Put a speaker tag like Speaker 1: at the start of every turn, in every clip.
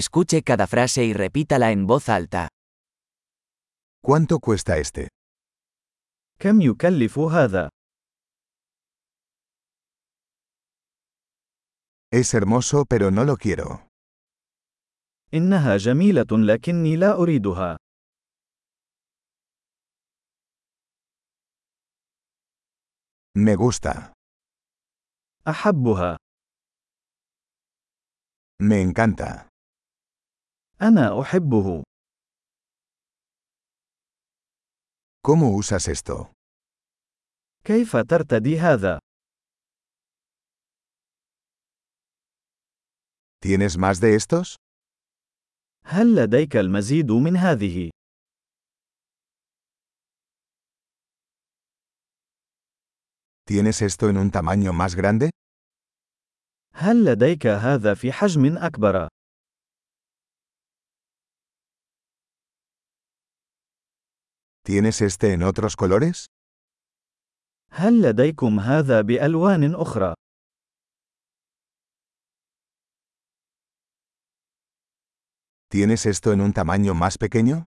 Speaker 1: Escuche cada frase y repítala en voz alta.
Speaker 2: ¿Cuánto cuesta este?
Speaker 3: كم يكلف هذا؟
Speaker 2: Es hermoso pero no lo quiero.
Speaker 3: إنها جميلة لكني لا أريدها.
Speaker 2: Me gusta.
Speaker 3: أحبها.
Speaker 2: Me encanta.
Speaker 3: أنا أحبه.
Speaker 2: ¿Cómo usas esto?
Speaker 3: كيف ترتدي هذا؟
Speaker 2: ¿Tienes más de estos?
Speaker 3: هل لديك المزيد من هذه؟
Speaker 2: ¿Tienes esto en un tamaño más grande?
Speaker 3: هل لديك هذا في حجم أكبر؟
Speaker 2: ¿Tienes este en otros colores?
Speaker 3: هل لديكم هذا بألوان أخرى؟
Speaker 2: ¿Tienes esto en un tamaño más pequeño?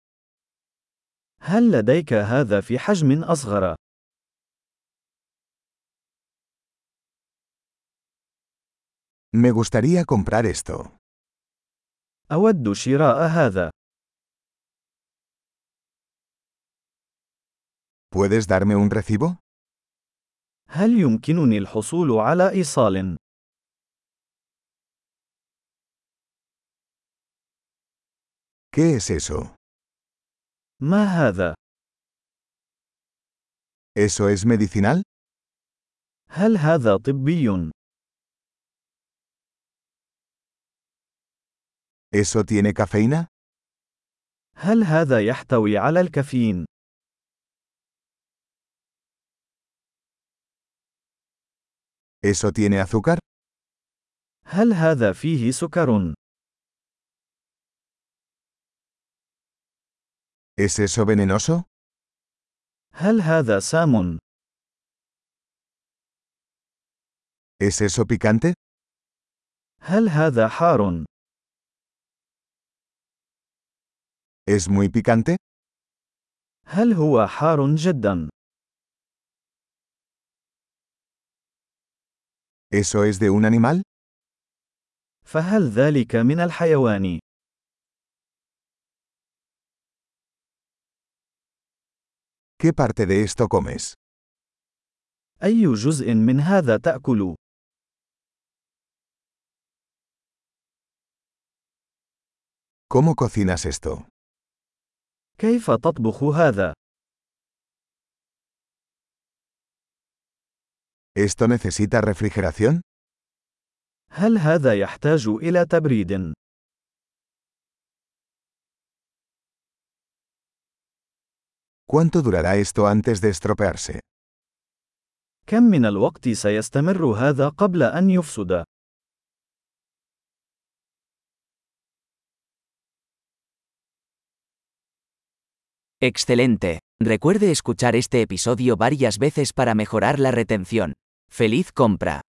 Speaker 3: هل لديك هذا في حجم أصغر؟
Speaker 2: Me gustaría comprar esto.
Speaker 3: أود شراء هذا.
Speaker 2: ¿Puedes darme un recibo?
Speaker 3: هل يمكنني الحصول على إيصال؟
Speaker 2: ¿Qué es eso?
Speaker 3: ما هذا؟
Speaker 2: ¿Eso es medicinal?
Speaker 3: هل هذا طبي؟
Speaker 2: ¿Eso tiene cafeína?
Speaker 3: هل هذا يحتوي على الكافيين؟
Speaker 2: ¿Eso tiene azúcar?
Speaker 3: هل هذا فيه سكر؟
Speaker 2: ¿Es eso venenoso?
Speaker 3: هل هذا سام؟
Speaker 2: ¿Es eso picante?
Speaker 3: هل هذا حار؟
Speaker 2: ¿Es muy picante?
Speaker 3: هل هو حار جدا؟
Speaker 2: ¿Eso es de un animal?
Speaker 3: فهل ذلك من الحيوان؟
Speaker 2: ¿Qué parte de esto comes?
Speaker 3: أي جزء من هذا تأكل؟
Speaker 2: ¿Cómo cocinas esto?
Speaker 3: كيف تطبخ هذا؟
Speaker 2: ¿Esto necesita refrigeración?
Speaker 3: هل هذا يحتاج إلى تبريد؟
Speaker 2: ¿Cuánto durará esto antes de estropearse?
Speaker 3: كم من الوقت سيستمر هذا قبل أن يفسد؟
Speaker 1: Excelente. Recuerde escuchar este episodio varias veces para mejorar la retención. ¡Feliz compra!